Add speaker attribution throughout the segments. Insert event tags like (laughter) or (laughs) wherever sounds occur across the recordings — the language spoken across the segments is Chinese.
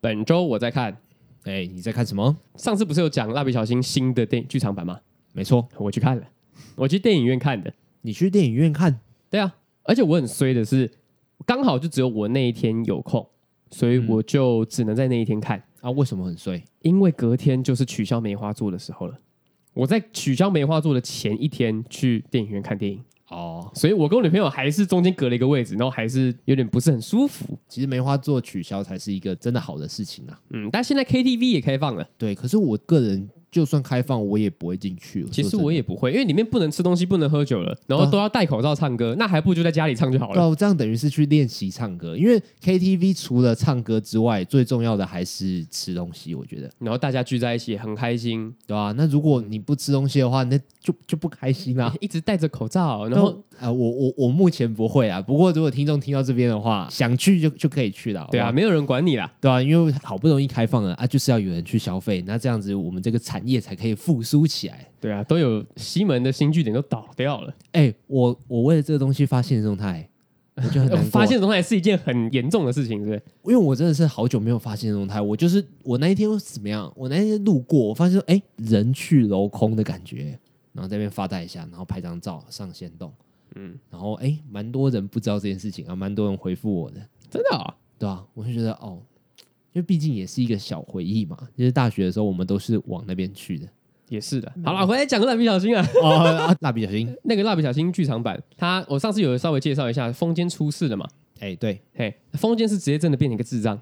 Speaker 1: 本周我在看，
Speaker 2: 哎，你在看什么？
Speaker 1: 上次不是有讲《蜡笔小新》新的电剧场版吗？
Speaker 2: 没错，
Speaker 1: 我去看了，我去电影院看的。
Speaker 2: 你去电影院看，
Speaker 1: 对啊，而且我很衰的是，刚好就只有我那一天有空，所以我就只能在那一天看。
Speaker 2: 啊？为什么很衰？
Speaker 1: 因为隔天就是取消梅花座的时候了。我在取消梅花座的前一天去电影院看电影，
Speaker 2: 哦，
Speaker 1: 所以我跟我女朋友还是中间隔了一个位置，然后还是有点不是很舒服。
Speaker 2: 其实梅花座取消才是一个真的好的事情啊。
Speaker 1: 嗯，但现在 KTV 也开放了，
Speaker 2: 对，可是我个人就算开放，我也不会进去。
Speaker 1: 其
Speaker 2: 说
Speaker 1: 实
Speaker 2: 真的
Speaker 1: 我也不会，因为里面不能吃东西，不能喝酒了，然后
Speaker 2: 对啊
Speaker 1: 都要戴口罩唱歌，那还不如就在家里唱就好
Speaker 2: 对
Speaker 1: 了。
Speaker 2: 啊，我这样等于是去练习唱歌，因为 KTV 除了唱歌之外，最重要的还是吃东西。我觉得，
Speaker 1: 然后大家聚在一起也很开心，
Speaker 2: 对啊，那如果你不吃东西的话，那就就不开心啦、
Speaker 1: 一直戴着口罩， (laughs) 然后
Speaker 2: 啊、我我我目前不会啊。不过如果听众听到这边的话，想去就就可以去了。好不
Speaker 1: 对
Speaker 2: 好
Speaker 1: 啊，没有人管你啦。
Speaker 2: 对啊，因为好不容易开放了啊，就是要有人去消费，那这样子我们这个产业才可以复苏起来。
Speaker 1: 对啊，都有西门的新据点都倒掉了，
Speaker 2: 哎，我我为了这个东西发现动态，我就
Speaker 1: (laughs)
Speaker 2: 很难过啊
Speaker 1: 呃发现状态是一件很严重的事情，是不是？
Speaker 2: 因为我真的是好久没有发现动态，我就是我那一天又怎么样？我那一天路过，我发现说，哎，人去楼空的感觉，然后在那边发呆一下，然后拍张照上线动，嗯，然后哎，蛮多人不知道这件事情啊，蛮多人回复我的，
Speaker 1: 真的啊、
Speaker 2: 对啊，我就觉得哦，因为毕竟也是一个小回忆嘛，就是大学的时候我们都是往那边去的。
Speaker 1: 也是
Speaker 2: 嗯
Speaker 1: 的。好了，回来讲蜡笔小新啊， (laughs)
Speaker 2: (laughs) 哦，啊蜡笔小新，
Speaker 1: 那个蜡笔小新剧场版，它我上次有稍微介绍一下，风间出事了嘛？
Speaker 2: 哎，对，
Speaker 1: 嘿，风间是直接真的变成一个智障，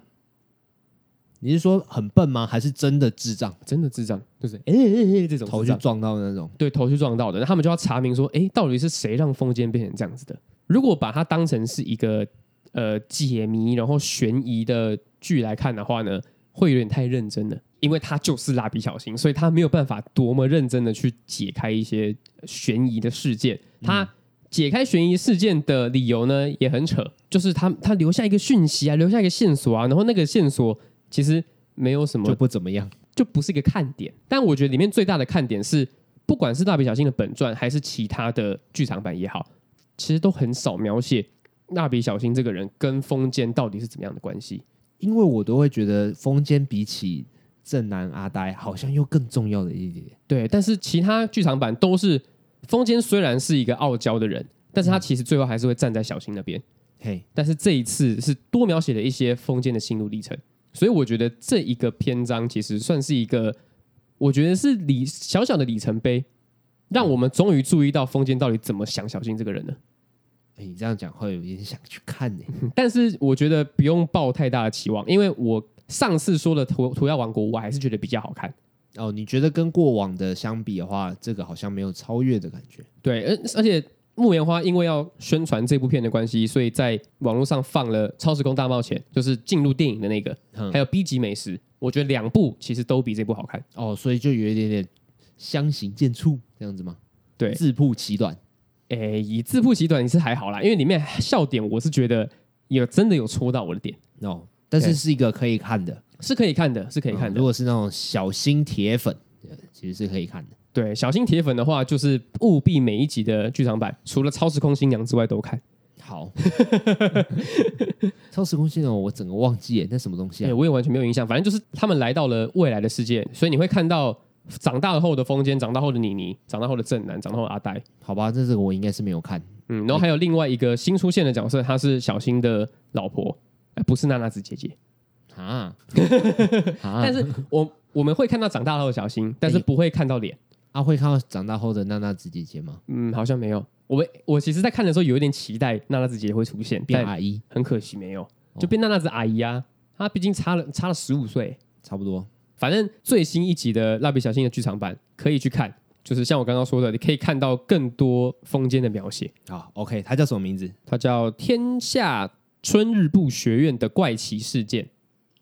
Speaker 2: 你是说很笨吗？还是真的智障，
Speaker 1: 真的智障，就是哎哎哎这种
Speaker 2: 头
Speaker 1: 智
Speaker 2: 去
Speaker 1: 障
Speaker 2: 撞到的那种？
Speaker 1: 对头去撞到的，那他们就要查明说，哎，到底是谁让风间变成这样子的？如果把它当成是一个呃解谜然后悬疑的剧来看的话呢，会有点太认真了，因为它就是蜡笔小新，所以它没有办法多么认真的去解开一些悬疑的事件。它解开悬疑事件的理由呢也很扯，就是他他留下一个讯息啊，留下一个线索啊，然后那个线索其实没有什么
Speaker 2: 就不怎么样。
Speaker 1: 就不是一个看点。但我觉得里面最大的看点是，不管是蜡笔小新的本传，还是其他的剧场版也好，其实都很少描写蜡笔小新这个人跟风间到底是怎么样的关系。
Speaker 2: 因为我都会觉得风间比起正南阿呆，好像又更重要的一点。
Speaker 1: 对，但是其他剧场版都是风间虽然是一个傲娇的人，但是他其实最后还是会站在小新那边。
Speaker 2: 嘿，
Speaker 1: 但是这一次是多描写了一些封建的心路历程，所以我觉得这一个篇章其实算是一个，我觉得是里小小的里程碑，让我们终于注意到封建到底怎么想小新这个人了。嗯
Speaker 2: 哎你这样讲会有点想去看呢、
Speaker 1: 但是我觉得不用抱太大的期望，因为我上次说的涂涂鸦王国，我还是觉得比较好看。
Speaker 2: 哦，你觉得跟过往的相比的话，这个好像没有超越的感觉。
Speaker 1: 对，而而且木棉花因为要宣传这部片的关系，所以在网络上放了《超时空大冒险》，就是进入电影的那个，
Speaker 2: 嗯
Speaker 1: 还有 B 级美食，我觉得两部其实都比这部好看。
Speaker 2: 哦，所以就有一点点相形见绌这样子吗？
Speaker 1: 对
Speaker 2: 自曝其短。
Speaker 1: 诶，以字不其短也是还好啦，因为里面笑点我是觉得有真的有戳到我的点，
Speaker 2: 哦，但是
Speaker 1: 对
Speaker 2: 是一个可以看的，
Speaker 1: 是可以看的，是可以看
Speaker 2: 嗯
Speaker 1: 的。
Speaker 2: 如果是那种小心铁粉，呃其实是可以看的。
Speaker 1: 对，小新铁粉的话，就是务必每一集的剧场版，除了《超时空新娘》之外都看。
Speaker 2: 好， (laughs) 超时空线哦，我整个忘记耶，那什么东西
Speaker 1: 对，
Speaker 2: 啊？
Speaker 1: 我也完全没有印象，反正就是他们来到了未来的世界，所以你会看到长大后的风间，长大后的妮妮，长大后的正男，长大后的阿呆。
Speaker 2: 好吧，这这个我应该是没有看。
Speaker 1: 嗯，然后还有另外一个新出现的角色，她是小新的老婆，哎，不是娜娜子姐姐。
Speaker 2: 啊，
Speaker 1: 但
Speaker 2: 但是
Speaker 1: 是我我们会看到长大后的小新，
Speaker 2: 哎
Speaker 1: 但是不会看到脸。
Speaker 2: 阿慧看到长大后的娜娜子姐姐吗？
Speaker 1: 嗯，好像没有。我我其实，在看的时候有一点期待娜娜子姐姐会出现，
Speaker 2: 变
Speaker 1: 但
Speaker 2: 阿姨
Speaker 1: 很可惜没有，就变娜娜子阿姨啊。她毕竟差了差了十五岁。
Speaker 2: 差不多。
Speaker 1: 反正最新一集的《蜡笔小新》的剧场版可以去看，就是像我刚刚说的，你可以看到更多风间的描写。
Speaker 2: 好，OK，她叫什么名字？
Speaker 1: 它叫《天下春日部学院的怪奇事件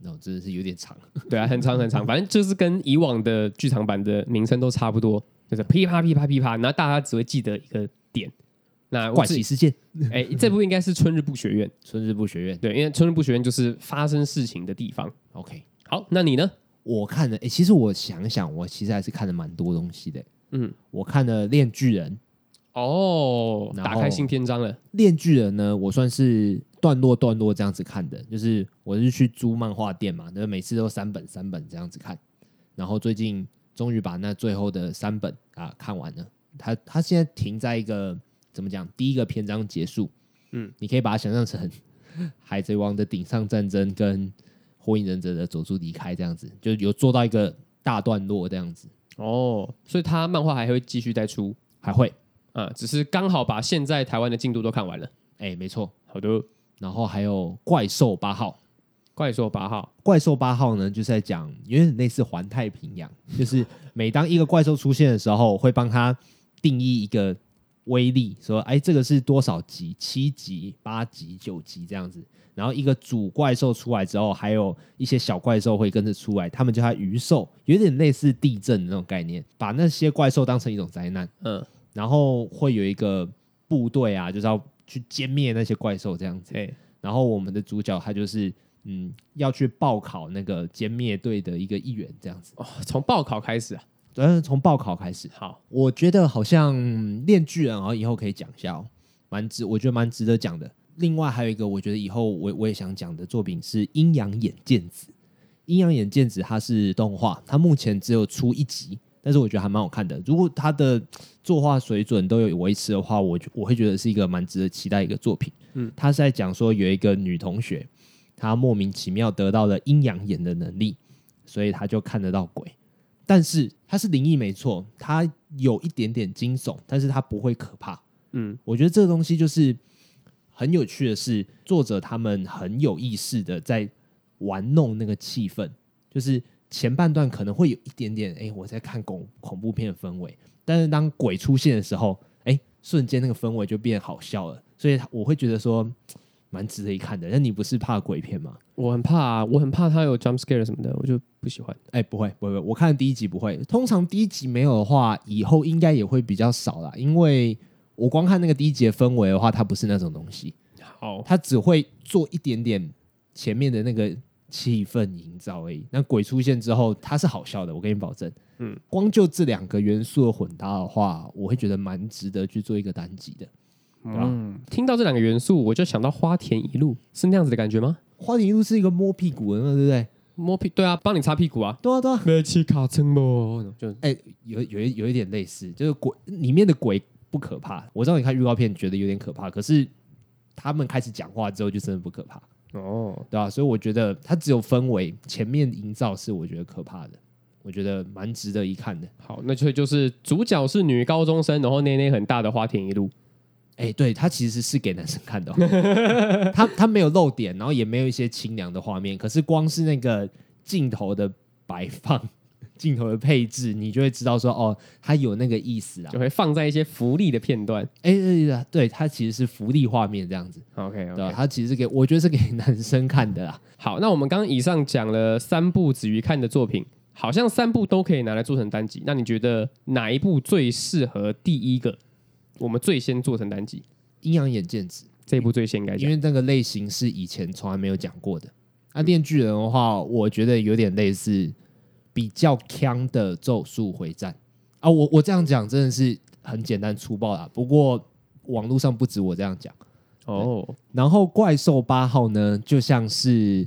Speaker 2: 那、我真的是有点长。》。
Speaker 1: 对啊，很长很长，反正就是跟以往的剧场版的名称都差不多，就是噼啪噼啪噼啪，然后大家只会记得一个点。那我
Speaker 2: 怪
Speaker 1: 自己
Speaker 2: 奇事件，
Speaker 1: (laughs) 哎，这部应该是春日部学院。
Speaker 2: 春日部学院。
Speaker 1: 对，因为春日部学院就是发生事情的地方。
Speaker 2: OK，
Speaker 1: 好，那你呢？
Speaker 2: 我看了，哎、其实我想想，我其实还是看了蛮多东西的。
Speaker 1: 嗯，
Speaker 2: 我看了《恋巨人》，
Speaker 1: 哦，
Speaker 2: 然后
Speaker 1: 打开新篇章了。
Speaker 2: 《恋巨人》呢，我算是段落段落这样子看的，就是我是去租漫画店嘛，那每次都三本三本这样子看，然后最近终于把那最后的三本啊看完了。它它现在停在一个怎么讲？第一个篇章结束，嗯，你可以把它想象成《海贼王》的顶上战争跟《火影忍者》的佐助离开这样子，就有做到一个大段落这样子，
Speaker 1: 哦，所以他漫画还会继续再出
Speaker 2: 还会
Speaker 1: 啊，只是刚好把现在台湾的进度都看完了。
Speaker 2: 哎、没错。
Speaker 1: 好的，
Speaker 2: 然后还有怪兽八号，
Speaker 1: 怪兽八号，
Speaker 2: 怪兽八号呢，就是在讲，有点类似环太平洋， (laughs) 就是每当一个怪兽出现的时候，会帮它定义一个威力，说，哎，这个是多少级，七级、八级、九级这样子。然后一个主怪兽出来之后，还有一些小怪兽会跟着出来，他们叫它鱼兽，有点类似地震的那种概念，把那些怪兽当成一种灾难。
Speaker 1: 嗯，
Speaker 2: 然后会有一个部队啊，就是要去歼灭那些怪兽这样子。
Speaker 1: 哎，
Speaker 2: 然后我们的主角他就是嗯要去报考那个歼灭队的一个议员这样子，
Speaker 1: 哦，从报考开始啊，
Speaker 2: 嗯，从报考开始，
Speaker 1: 好，
Speaker 2: 我觉得好像《链巨人》哦，以后可以讲一下哦，蛮值，我觉得蛮值得讲的。另外还有一个，我觉得以后我我也想讲的作品是《阴阳眼剑子》。《阴阳眼剑子》它是动画，它目前只有出一集，但是我觉得还蛮好看的。如果它的作画水准都有维持的话，我就我会觉得是一个蛮值得期待一个作品。嗯，它是在讲说有一个女同学，她莫名其妙得到了阴阳眼的能力，所以她就看得到鬼。但是它是灵异没错，它有一点点惊悚，但是它不会可怕。
Speaker 1: 嗯，
Speaker 2: 我觉得这个东西就是很有趣的是，作者他们很有意识的在玩弄那个气氛，就是前半段可能会有一点点，哎、我在看恐恐怖片的氛围，但是当鬼出现的时候，哎、瞬间那个氛围就变好笑了，所以我会觉得说蛮值得一看的。那你不是怕鬼片吗？
Speaker 1: 我很怕、啊，我很怕他有 jump scare 什么的，我就不喜欢。
Speaker 2: 哎、不会，不会，不会我看第一集不会。通常第一集没有的话，以后应该也会比较少啦，因为我光看那个第一集的氛围的话，它不是那种东西，
Speaker 1: 好，
Speaker 2: 它只会做一点点前面的那个气氛营造而已。那鬼出现之后，它是好笑的，我跟你保证。嗯，光就这两个元素的混搭的话，我会觉得蛮值得去做一个单集的。对吧
Speaker 1: 嗯，听到这两个元素，我就想到花田一路是那样子的感觉吗？
Speaker 2: 花田一路是一个摸屁股的嘛，对不对？
Speaker 1: 摸屁，对啊，帮你擦屁股啊，
Speaker 2: 对啊，对啊。
Speaker 1: (laughs) 没去卡称不？就
Speaker 2: 哎、有有一有一点类似，就是鬼里面的鬼不可怕。我知道你看预告片觉得有点可怕，可是他们开始讲话之后就真的不可怕，
Speaker 1: 哦，
Speaker 2: 对吧、所以我觉得它只有氛围，前面营造是我觉得可怕的，我觉得蛮值得一看的。
Speaker 1: 好，那就就是主角是女高中生，然后内内很大的花田一路，
Speaker 2: 哎、对，它其实是给男生看的、哦，它它没有露点，然后也没有一些清凉的画面，可是光是那个镜头的摆放、镜头的配置，你就会知道说，哦，它有那个意思啊
Speaker 1: 就。会放在一些福利的片段。
Speaker 2: 哎、对对对，它其实是福利画面这样子。
Speaker 1: OK
Speaker 2: 对吧？它其实是给我觉得是给 (laughs) 男生看的啦。
Speaker 1: 好，那我们刚刚以上讲了三部子瑜看的作品，好像三部都可以拿来做成单集。那你觉得哪一部最适合第一个？我们最先做成单集，
Speaker 2: 阴阳眼剑指，
Speaker 1: 这一部最先应该
Speaker 2: 因
Speaker 1: 讲。
Speaker 2: 为那个类型是以前从来没有讲过的。
Speaker 1: 嗯
Speaker 2: 那电锯人的话，我觉得有点类似比较强的咒术回战啊。我我这样讲真的是很简单粗暴啦，不过网络上不止我这样讲。
Speaker 1: 哦，
Speaker 2: 然后怪兽八号呢，就像是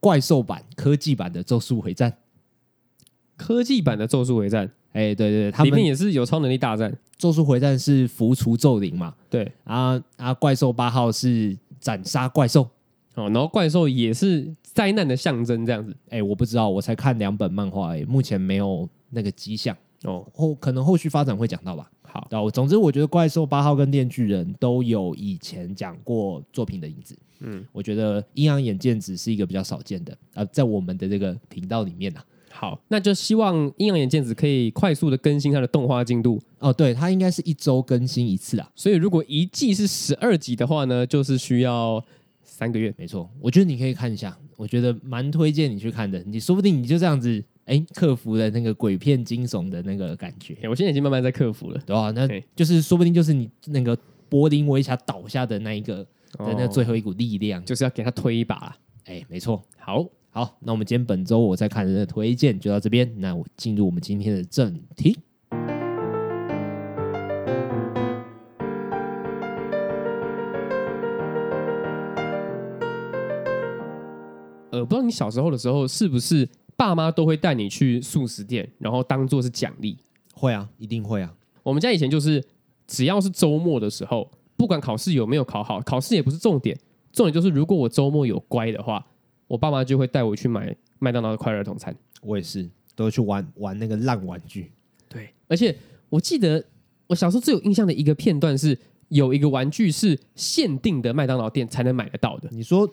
Speaker 2: 怪兽版、科技版的咒术回战。
Speaker 1: 科技版的《咒术回战
Speaker 2: 哎，对对对，》他
Speaker 1: 里面
Speaker 2: 们
Speaker 1: 也是有超能力大战，
Speaker 2: 咒术回战是浮除咒灵嘛，
Speaker 1: 对，
Speaker 2: 啊啊，怪兽八号是斩杀怪兽。
Speaker 1: 哦，然后怪兽也是灾难的象征，这样子。
Speaker 2: 哎、我不知道，我才看两本漫画而已，目前没有那个迹象。
Speaker 1: 哦，
Speaker 2: 后可能后续发展会讲到吧。
Speaker 1: 好，
Speaker 2: 对啊，我总之我觉得《怪兽八号》跟《电锯人》都有以前讲过作品的影子。嗯，我觉得《阴阳眼剑指》是一个比较少见的啊、在我们的这个频道里面啊。
Speaker 1: 好，那就希望《阴阳眼剑子》可以快速的更新它的动画进度。
Speaker 2: 哦，对，它应该是一周更新一次啊。
Speaker 1: 所以如果一季是十二集的话呢，就是需要三个月。
Speaker 2: 没错，我觉得你可以看一下，我觉得蛮推荐你去看的。你说不定你就这样子，哎、克服了那个鬼片惊悚的那个感觉。
Speaker 1: 哎诶我现在已经慢慢在克服了。
Speaker 2: 对啊，那
Speaker 1: 对
Speaker 2: 就是说不定就是你那个柏林围墙倒下的那一个的那
Speaker 1: 哦
Speaker 2: 最后一股力量。
Speaker 1: 就是要给他推一把啦。
Speaker 2: 哎、没错。
Speaker 1: 好，
Speaker 2: 好，那我们今天本周我在看的推荐就到这边，那我进入我们今天的正题。
Speaker 1: 呃不知道你小时候的时候是不是爸妈都会带你去素食店，然后当做是奖励。
Speaker 2: 会啊，一定会啊。
Speaker 1: 我们家以前就是，只要是周末的时候，不管考试有没有考好，考试也不是重点，重点就是如果我周末有乖的话，我爸妈就会带我去买麦当劳的快乐儿童餐。
Speaker 2: 我也是，都会去玩玩那个烂玩具。
Speaker 1: 对，而且我记得我小时候最有印象的一个片段是，有一个玩具是限定的麦当劳店才能买得到的。
Speaker 2: 你说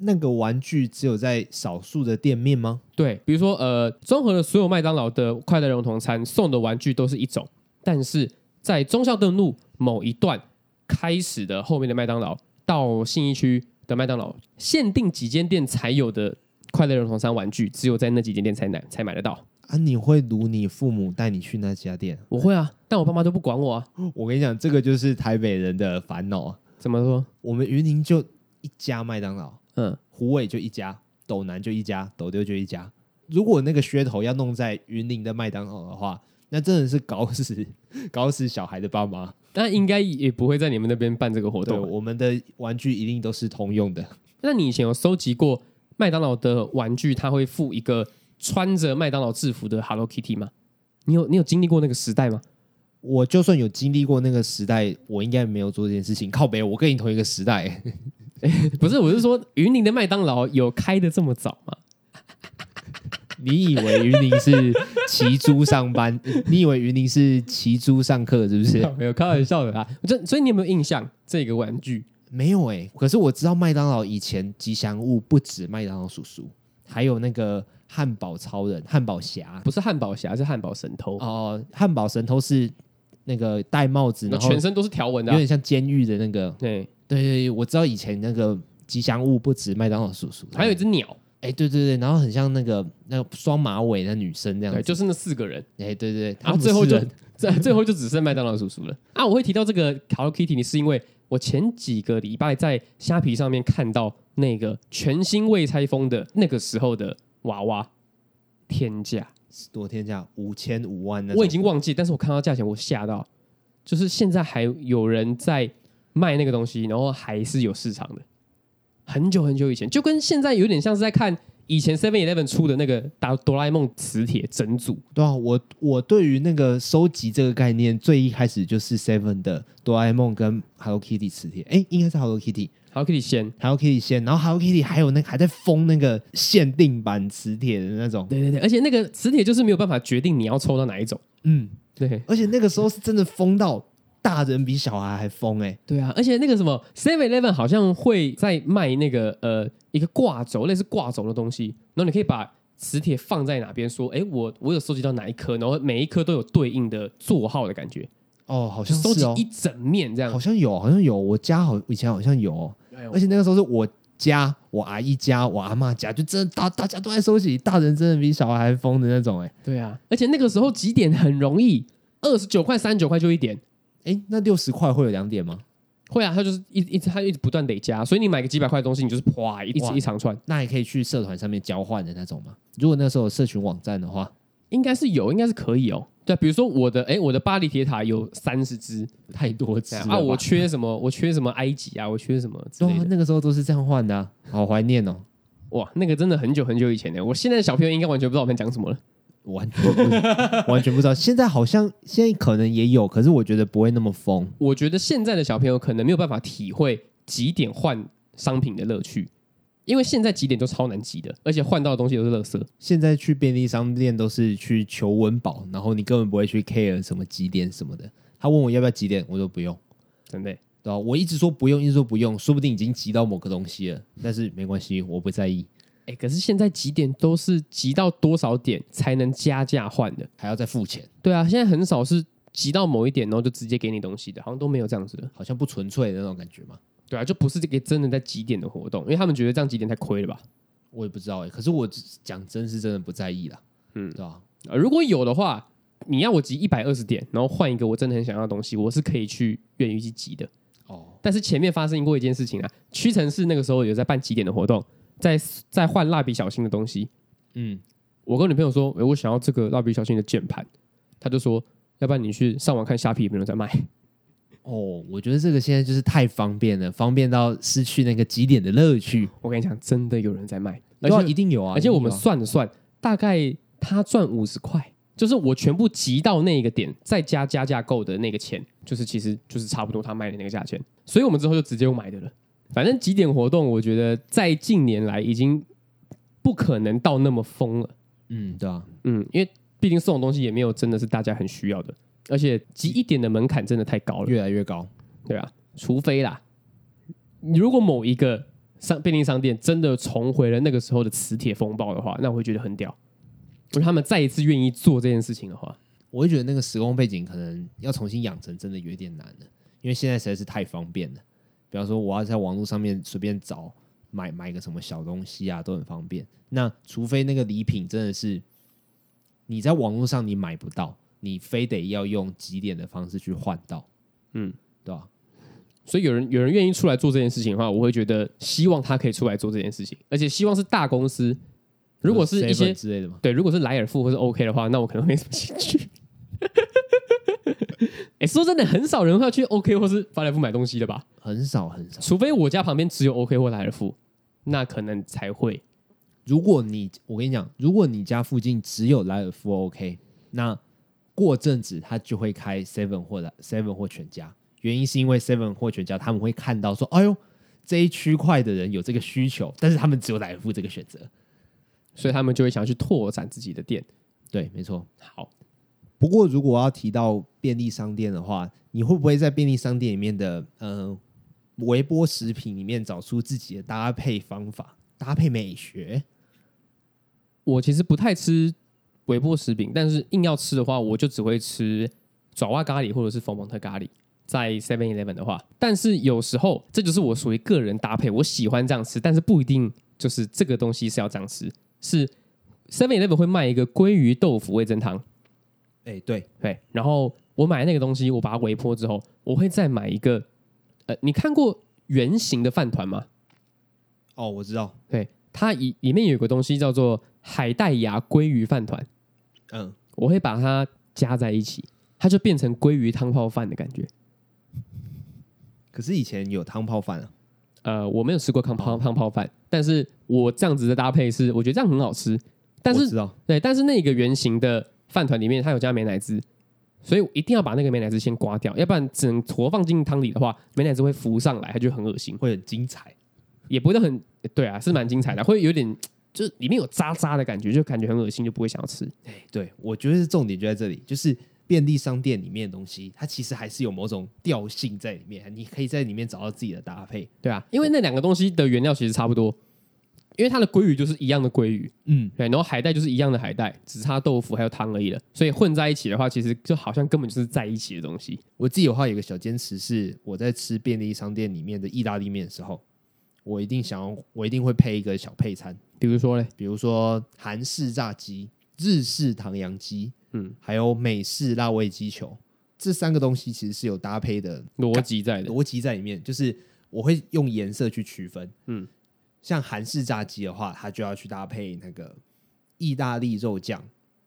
Speaker 2: 那个玩具只有在少数的店面吗？
Speaker 1: 对，比如说呃，综合了所有麦当劳的快乐儿童餐送的玩具都是一种，但是在忠孝东路某一段开始的后面的麦当劳到信义区的麦当劳，限定几间店才有的快乐儿童餐玩具，只有在那几间店才买才买得到。
Speaker 2: 啊，你会如你父母带你去那家店？ (laughs)
Speaker 1: 我会啊，但我爸妈都不管我啊。
Speaker 2: 我跟你讲，这个就是台北人的烦恼啊。
Speaker 1: 怎么说？
Speaker 2: 我们云林就一家麦当劳，
Speaker 1: 嗯，
Speaker 2: 虎尾就一家，斗南就一家，斗六就一家。如果那个噱头要弄在云林的麦当劳的话，那真的是搞死 (laughs) 搞死小孩的爸妈。
Speaker 1: 但应该也不会在你们那边办这个活
Speaker 2: 对，
Speaker 1: 动吧。
Speaker 2: 我们的玩具一定都是通用的。
Speaker 1: 那你以前有收集过麦当劳的玩具，它会附一个穿着麦当劳制服的 Hello Kitty 吗？你有你有经历过那个时代吗？ (laughs)
Speaker 2: 我就算有经历过那个时代，我应该没有做这件事情。靠北，我跟你同一个时代， (laughs)
Speaker 1: 不是，我是说云林的麦当劳有开的这么早吗？
Speaker 2: 你以为云林是骑猪上班？ (laughs) 你以为云林是骑猪上课是不是？
Speaker 1: 没有开玩笑的啦。这所以你有没有印象这个玩具？
Speaker 2: 没有哎、可是我知道麦当劳以前吉祥物不止麦当劳叔叔，还有那个汉堡超人、汉堡侠。
Speaker 1: 不是汉堡侠，是汉堡神偷，
Speaker 2: 哦、汉堡神偷是那个戴帽子，
Speaker 1: 那
Speaker 2: 然后
Speaker 1: 全身都是条纹的
Speaker 2: 有
Speaker 1: 啊、
Speaker 2: 点像监狱的那个。
Speaker 1: 对，
Speaker 2: 对对对，我知道以前那个吉祥物不止麦当劳叔叔，
Speaker 1: 还有一只鸟，
Speaker 2: 哎、对对对，然后很像那个那个双马尾的女生这样
Speaker 1: 对，
Speaker 2: 子，
Speaker 1: 就是那四个人，
Speaker 2: 哎、对对对，
Speaker 1: 然
Speaker 2: 他
Speaker 1: 后
Speaker 2: 们
Speaker 1: 最后
Speaker 2: 是
Speaker 1: 就
Speaker 2: 人
Speaker 1: 最 (laughs) 最后就只剩麦当劳叔叔了啊！我会提到这个 Hello Kitty，是因为我前几个礼拜在虾皮上面看到那个全新未拆封的那个时候的娃娃，天价，
Speaker 2: 多天价五千五万那种
Speaker 1: 我已经忘记，但是我看到价钱我吓到，就是现在还有人在卖那个东西，然后还是有市场的。很久很久以前，就跟现在有点像是在看以前 Seven Eleven 出的那个打哆啦 A 梦磁铁整组，
Speaker 2: 对啊，我我对于那个收集这个概念，最一开始就是 Seven 的哆啦 A 梦跟 Hello Kitty 磁铁，哎、应该是 Hello Kitty，Hello
Speaker 1: Hello Kitty 先，
Speaker 2: Kitty 先，然后 Hello Kitty 还有那个还在封那个限定版磁铁的那种，
Speaker 1: 对对对，而且那个磁铁就是没有办法决定你要抽到哪一种。
Speaker 2: 嗯，
Speaker 1: 对
Speaker 2: 而且那个时候是真的封到大人比小孩还疯哎、
Speaker 1: 对啊，而且那个什么 Seven Eleven 好像会在卖那个呃一个挂轴，类似挂轴的东西，然后你可以把磁铁放在哪边，说，哎，我我有收集到哪一颗，然后每一颗都有对应的座号的感觉，
Speaker 2: 哦，好
Speaker 1: 就
Speaker 2: 像
Speaker 1: 收
Speaker 2: 是
Speaker 1: 集
Speaker 2: 哦
Speaker 1: 一，整面这样
Speaker 2: 好。像有，好像有，我家好以前好像有、哦，
Speaker 1: 哎呦
Speaker 2: 而且那个时候是我家、我阿姨家、我阿嬷家，就真的大大家都在收集，大人真的比小孩还疯的那种哎、
Speaker 1: 对啊，而且那个时候几点很容易，二十九块、三十九块就一点。
Speaker 2: 哎、那六十块会有两点吗？
Speaker 1: 会啊，它就是一一直它一直不断累加，所以你买个几百块的东西，你就是啪一直
Speaker 2: 哇
Speaker 1: 一长串，
Speaker 2: 那也可以去社团上面交换的那种吗？如果那时候有社群网站的话，
Speaker 1: 应该是有，应该是可以哦。对啊，比如说我的，哎，我的巴黎铁塔有三十只，
Speaker 2: 太多
Speaker 1: 这
Speaker 2: 只
Speaker 1: 样啊，
Speaker 2: 了吧
Speaker 1: 我缺什么？我 (laughs) 缺什么埃及啊？我缺什么之
Speaker 2: 对
Speaker 1: 类的？
Speaker 2: 啊那个时候都是这样换的啊、好怀念哦，
Speaker 1: 哇，那个真的很久很久以前的，我现在的小朋友应该完全不知道我们讲什么了。
Speaker 2: 完全不完全不知道。现在好像现在可能也有，可是我觉得不会那么疯。
Speaker 1: 我觉得现在的小朋友可能没有办法体会几点换商品的乐趣，因为现在几点都超难集的，而且换到的东西都是垃圾。
Speaker 2: 现在去便利商店都是去求温饱，然后你根本不会去 care 什么几点什么的。他问我要不要几点，我都不用，
Speaker 1: 真的耶，
Speaker 2: 对吧、我一直说不用，一直说不用，说不定已经急到某个东西了，但是没关系，我不在意，
Speaker 1: 哎，可是现在几点都是集到多少点才能加价换的？
Speaker 2: 还要再付钱，
Speaker 1: 对啊，现在很少是集到某一点，然后就直接给你东西的，好像都没有这样子的。
Speaker 2: 好像不纯粹的那种感觉嘛。
Speaker 1: 对啊，就不是这个真的在几点的活动，因为他们觉得这样几点太亏了吧？
Speaker 2: 我也不知道哎、可是我讲真是真的不在意啦，
Speaker 1: 嗯
Speaker 2: 嗯，对吧、
Speaker 1: 呃，如果有的话，你要我集一百二十点，然后换一个我真的很想要的东西，我是可以去愿意去集的。
Speaker 2: 哦，
Speaker 1: 但是前面发生过一件事情啊，屈臣氏那个时候有在办几点的活动，在在换蜡笔小新的东西。
Speaker 2: 嗯，
Speaker 1: 我跟女朋友说，诶我想要这个蜡笔小新的键盘，她就说，要不然你去上网看虾皮有没有人在卖。
Speaker 2: 哦，我觉得这个现在就是太方便了，方便到失去那个几点的乐趣。
Speaker 1: 我跟你讲，真的有人在卖，而
Speaker 2: 对啊
Speaker 1: 且
Speaker 2: 一定有啊，
Speaker 1: 而且我们
Speaker 2: 一定有啊
Speaker 1: 算了算，大概他赚五十块，就是我全部集到那个点，再加加价购的那个钱，就是其实就是差不多他卖的那个价钱，所以我们之后就直接用买的了。反正几点活动，我觉得在近年来已经不可能到那么疯了，
Speaker 2: 嗯，对啊，
Speaker 1: 嗯，因为毕竟送的东西也没有真的是大家很需要的，而且集一点的门槛真的太高了。
Speaker 2: 越来越高，
Speaker 1: 对啊，除非啦，你如果某一个商便利商店真的重回了那个时候的磁铁风暴的话，那我会觉得很屌。如果他们再一次愿意做这件事情的话，
Speaker 2: 我会觉得那个时空背景可能要重新养成，真的有一点难了，因为现在实在是太方便了。比方说，我要在网络上面随便找买买个什么小东西啊，都很方便。那除非那个礼品真的是你在网络上你买不到，你非得要用几点的方式去换到，
Speaker 1: 嗯，
Speaker 2: 对吧、
Speaker 1: 所以有人有人愿意出来做这件事情的话，我会觉得希望他可以出来做这件事情，而且希望是大公司。如果是一
Speaker 2: 7-Eleven
Speaker 1: 些
Speaker 2: 之类的嘛，
Speaker 1: 对，如果是莱尔富或是 OK 的话，那我可能没什么兴趣。 (laughs) 哎、说真的，很少人会去 OK 或是法莱富买东西的吧？
Speaker 2: 很少很少。
Speaker 1: 除非我家旁边只有 OK 或莱尔富，那可能才会。
Speaker 2: 如果你，我跟你讲，如果你家附近只有莱尔富 OK，那过阵子他就会开 Seven 或者 Seven 或全家。原因是因为 Seven 或全家他们会看到说，哎呦，这一区块的人有这个需求，但是他们只有莱尔富这个选择。
Speaker 1: 所以他们就会想要去拓展自己的店。
Speaker 2: 对，没错。
Speaker 1: 好，
Speaker 2: 不过如果要提到便利商店的话，你会不会在便利商店里面的嗯微波食品里面找出自己的搭配方法、搭配美学？
Speaker 1: 我其实不太吃微波食品，但是硬要吃的话，我就只会吃爪哇咖喱或者是冯蒙特咖喱。在 Seven Eleven 的话，但是有时候这就是我属于个人搭配，我喜欢这样吃，但是不一定就是这个东西是要这样吃。是 Seven Eleven 会卖一个鲑鱼豆腐味增汤，
Speaker 2: 哎、对，
Speaker 1: 对，然后我买那个东西，我把它微波之后，我会再买一个。呃，你看过圆形的饭团吗？
Speaker 2: 哦，我知道，
Speaker 1: 对，它里里面有个东西叫做海带芽鲑鱼饭团，
Speaker 2: 嗯，
Speaker 1: 我会把它加在一起，它就变成鲑鱼汤泡饭的感觉。
Speaker 2: 可是以前有汤泡饭啊，
Speaker 1: 呃，我没有吃过汤泡汤泡饭，但是我这样子的搭配是，我觉得这样很好吃。但
Speaker 2: 我
Speaker 1: 是
Speaker 2: 知道
Speaker 1: 对，但是那个圆形的饭团里面它有加美乃滋，所以我一定要把那个美乃滋先刮掉，要不然整坨放进汤里的话，美乃滋会浮上来，它就很恶心，
Speaker 2: 会很精彩。
Speaker 1: 也不会很对啊，是蛮精彩的，会有点就是里面有渣渣的感觉，就感觉很恶心，就不会想要吃。
Speaker 2: 哎对，我觉得是重点就在这里，就是便利商店里面的东西，它其实还是有某种调性在里面，你可以在里面找到自己的搭配。
Speaker 1: 对啊，因为那两个东西的原料其实差不多，因为它的鲑鱼就是一样的鲑鱼，
Speaker 2: 嗯，
Speaker 1: 对，然后海带就是一样的海带，只差豆腐还有汤而已了，所以混在一起的话，其实就好像根本就是在一起的东西。
Speaker 2: 我自己的话有个小坚持是，我在吃便利商店里面的意大利面的时候，我一定想要，我一定会配一个小配餐，
Speaker 1: 比如说嘞，
Speaker 2: 比如说韩式炸鸡、日式唐扬鸡，
Speaker 1: 嗯
Speaker 2: 嗯，还有美式辣味鸡球，这三个东西其实是有搭配的
Speaker 1: 逻辑在的，
Speaker 2: 逻辑在里面，就是我会用颜色去区分。
Speaker 1: 嗯
Speaker 2: 嗯，像韩式炸鸡的话，它就要去搭配那个意大利肉酱，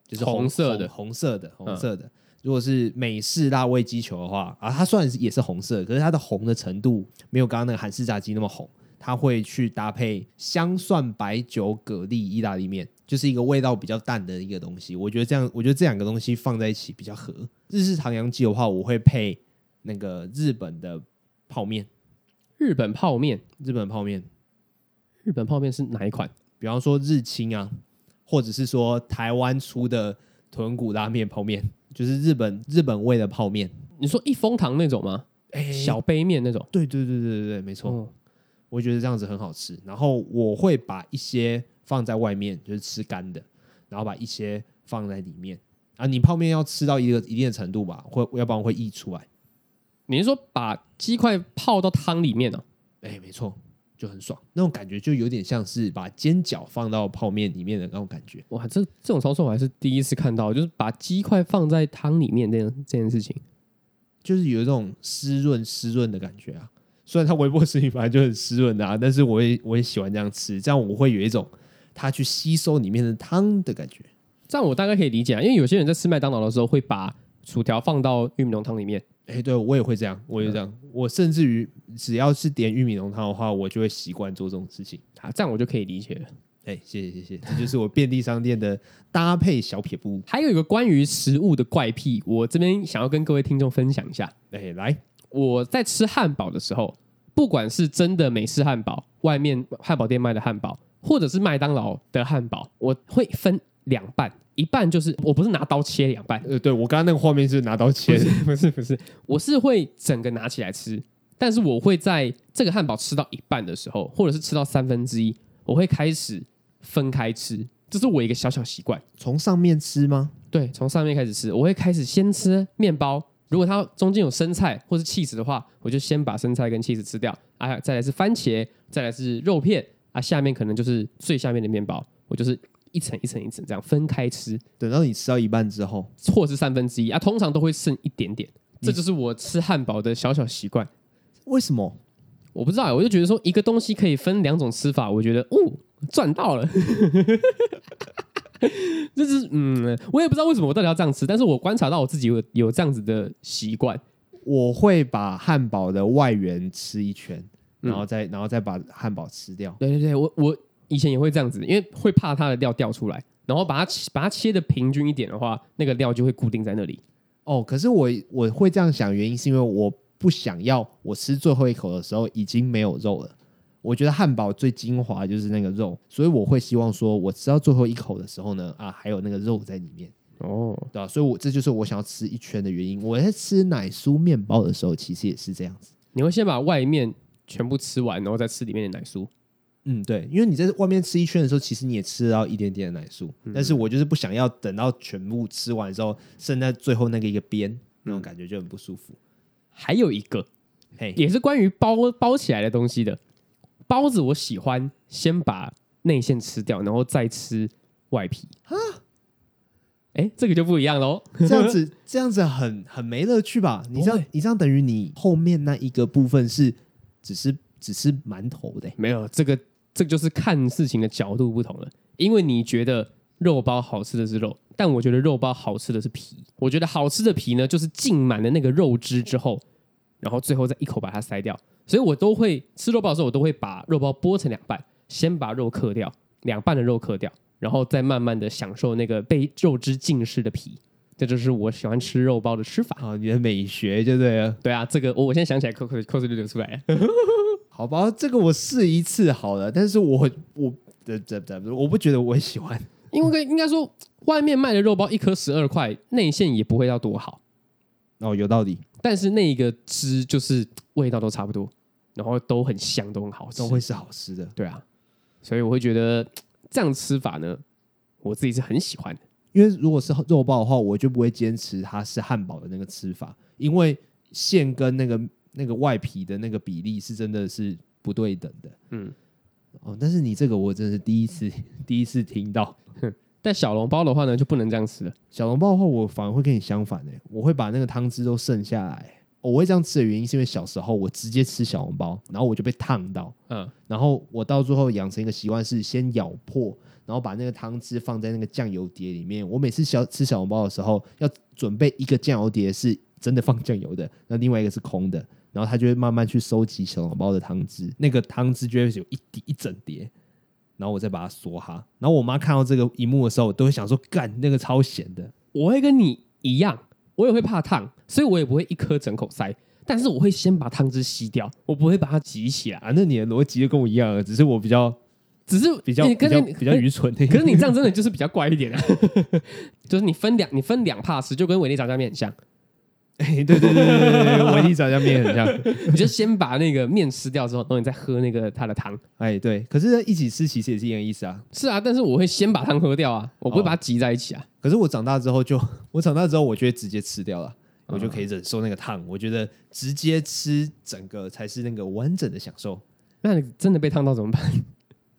Speaker 2: 就是
Speaker 1: 红色的嗯
Speaker 2: 红、红色的、红色的。如果是美式辣味鸡球的话，啊，它虽然是也是红色，可是它的红的程度没有刚刚那个韩式炸鸡那么红。它会去搭配香蒜白酒蛤蜊意大利面，就是一个味道比较淡的一个东西。我觉得这样，我觉得这两个东西放在一起比较合。日式唐扬鸡的话，我会配那个日本的泡面，
Speaker 1: 日本泡面，
Speaker 2: 日本泡面，
Speaker 1: 日本泡面是哪一款？
Speaker 2: 比方说日清啊，或者是说台湾出的豚骨拉面泡面，就是日本日本味的泡面。
Speaker 1: 你说一风堂那种吗？
Speaker 2: 哎
Speaker 1: 小杯面那种？
Speaker 2: 对对对对对对，没错，
Speaker 1: 哦，
Speaker 2: 我觉得这样子很好吃。然后我会把一些放在外面，就是吃干的，然后把一些放在里面。啊，你泡面要吃到一个一定的程度吧，会要不然会溢出来。
Speaker 1: 你是说把鸡块泡到汤里面呢、哦
Speaker 2: 哎、没错，就很爽，那种感觉就有点像是把煎饺放到泡面里面的那种感觉。
Speaker 1: 哇，这这种操作我还是第一次看到，就是把鸡块放在汤里面这件这件事情。
Speaker 2: 就是有一种湿润湿润的感觉啊。虽然它微波食品本来就很湿润的啊，但是我也我也喜欢这样吃，这样我会有一种它去吸收里面的汤的感觉。
Speaker 1: 这样我大概可以理解啊，因为有些人在吃麦当劳的时候会把薯条放到玉米浓汤里面。
Speaker 2: 哎、对我也会这样，我也这样，我甚至于只要是点玉米浓汤的话，我就会习惯做这种事情。
Speaker 1: 啊，这样我就可以理解了。
Speaker 2: 哎、哎、谢谢谢谢，这就是我便利商店的搭配小撇步。
Speaker 1: 还有一个关于食物的怪癖，我这边想要跟各位听众分享一下。
Speaker 2: 哎、来，
Speaker 1: 我在吃汉堡的时候，不管是真的美式汉堡，外面汉堡店卖的汉堡，或者是麦当劳的汉堡，我会分两半，一半就是我不是拿刀切两半，
Speaker 2: 呃，对我刚刚那个画面是拿刀切的，
Speaker 1: 不是不是，我是会整个拿起来吃，但是我会在这个汉堡吃到一半的时候，或者是吃到三分之一，我会开始分开吃，这是我一个小小习惯。
Speaker 2: 从上面吃吗？
Speaker 1: 对，从上面开始吃，我会开始先吃面包。如果它中间有生菜或是 cheese 的话，我就先把生菜跟 cheese 吃掉，啊，再来是番茄，再来是肉片，啊，下面可能就是最下面的面包，我就是一层一层一层这样分开吃，
Speaker 2: 等到你吃到一半之后，
Speaker 1: 或是三分之一啊，通常都会剩一点点，这就是我吃汉堡的小小习惯。
Speaker 2: 为什么？
Speaker 1: 我不知道，我就觉得说一个东西可以分两种吃法，我觉得哦赚到了， (laughs) 就是嗯，我也不知道为什么我到底要这样吃，但是我观察到我自己有有这样子的习惯，
Speaker 2: 我会把汉堡的外缘吃一圈，
Speaker 1: 嗯
Speaker 2: 然后再然后再把汉堡吃掉。
Speaker 1: 对对对，我我以前也会这样子，因为会怕它的料掉出来，然后把它切把它切的平均一点的话，那个料就会固定在那里。
Speaker 2: 哦，可是我我会这样想，原因是因为我不想要我吃最后一口的时候已经没有肉了。我觉得汉堡最精华就是那个肉，所以我会希望说，我吃到最后一口的时候呢，啊，还有那个肉在里面，
Speaker 1: 哦，
Speaker 2: 对吧、所以我这就是我想要吃一圈的原因。我在吃奶酥面包的时候，其实也是这样子。
Speaker 1: 你会先把外面全部吃完，然后再吃里面的奶酥。
Speaker 2: 嗯，对，因为你在外面吃一圈的时候，其实你也吃到一点点的奶酥，但是我就是不想要等到全部吃完之后，剩在最后那个一个边，那种感觉就很不舒服。
Speaker 1: 还有一个 (laughs)
Speaker 2: 嘿，
Speaker 1: 也是关于包包起来的东西的包子，我喜欢先把内馅吃掉，然后再吃外皮。哎，这个就不一样喽。
Speaker 2: 这样子这样子很很没乐趣吧？你这样你这样等于你后面那一个部分是只是只是馒头的欸、
Speaker 1: 没有这个，这就是看事情的角度不同了。因为你觉得肉包好吃的是肉，但我觉得肉包好吃的是皮。我觉得好吃的皮呢，就是浸满了那个肉汁之后，然后最后再一口把它塞掉。所以我都会吃肉包的时候，我都会把肉包剥成两半，先把肉嗑掉，两半的肉嗑掉，然后再慢慢的享受那个被肉汁浸湿的皮。这就是我喜欢吃肉包的吃法。
Speaker 2: 啊，你的美学就对了。
Speaker 1: 对啊，这个我我现在想起来，口口口水就流出来了。
Speaker 2: 好吧，这个我试一次好了，但是我我这这这，我不觉得我喜欢。
Speaker 1: 因为应该说，外面卖的肉包一颗十二块，内馅也不会要多好，
Speaker 2: 哦，有道理，
Speaker 1: 但是那个汁就是嘖味道都差不多，然后都很香，都很好吃
Speaker 2: 都。会是好吃的，
Speaker 1: 对啊，所以我会觉得嘖这样吃法呢，我自己是很喜欢的。
Speaker 2: 因为如果是肉包的话，我就不会坚持它是汉堡的那个吃法，因为馅跟那个那个外皮的那个比例是真的是不对等的。
Speaker 1: 嗯，
Speaker 2: 哦，但是你这个我真的是第一次 (laughs) 第一次听到。
Speaker 1: 但小笼包的话呢，就不能这样吃了。
Speaker 2: 小笼包的话，我反而会跟你相反诶、我会把那个汤汁都剩下来。我会这样吃的原因是因为小时候我直接吃小笼包，然后我就被烫到，
Speaker 1: 嗯，
Speaker 2: 然后我到最后养成一个习惯是先咬破，然后把那个汤汁放在那个酱油碟里面。我每次小吃小笼包的时候，要准备一个酱油碟是真的放酱油的，那另外一个是空的，然后它就会慢慢去收集小笼包的汤汁，那个汤汁就会有一滴一整碟。然后我再把它缩哈，然后我妈看到这个一幕的时候，都会想说：“干，那个超咸的。”
Speaker 1: 我会跟你一样，我也会怕烫，所以我也不会一颗整口塞，但是我会先把汤汁吸掉，我不会把它挤起来。
Speaker 2: 啊，那你的逻辑就跟我一样了，只是我比较
Speaker 1: 只是
Speaker 2: 比较
Speaker 1: 你
Speaker 2: 比
Speaker 1: 跟
Speaker 2: 较
Speaker 1: 你
Speaker 2: 比较愚蠢的。
Speaker 1: 可是你这样真的就是比较怪一点啊， (laughs) 就是你分两你分两 part 吃，就跟维力炸酱面很像，
Speaker 2: 对对对对对对，维力炸酱面很像。
Speaker 1: 你就先把那个面吃掉之后，然后你再喝那个它的汤。
Speaker 2: 哎，对，可是一起吃其实也是一样的意思啊。
Speaker 1: 是啊，但是我会先把汤喝掉啊，我不会把它挤在一起啊。
Speaker 2: 可是我长大之后就， (laughs) 我长大之后我就会直接吃掉了，我就可以
Speaker 1: 嗯
Speaker 2: 忍受那个烫。我觉得直接吃整个才是那个完整的享受。
Speaker 1: 那你真的被烫到怎么办？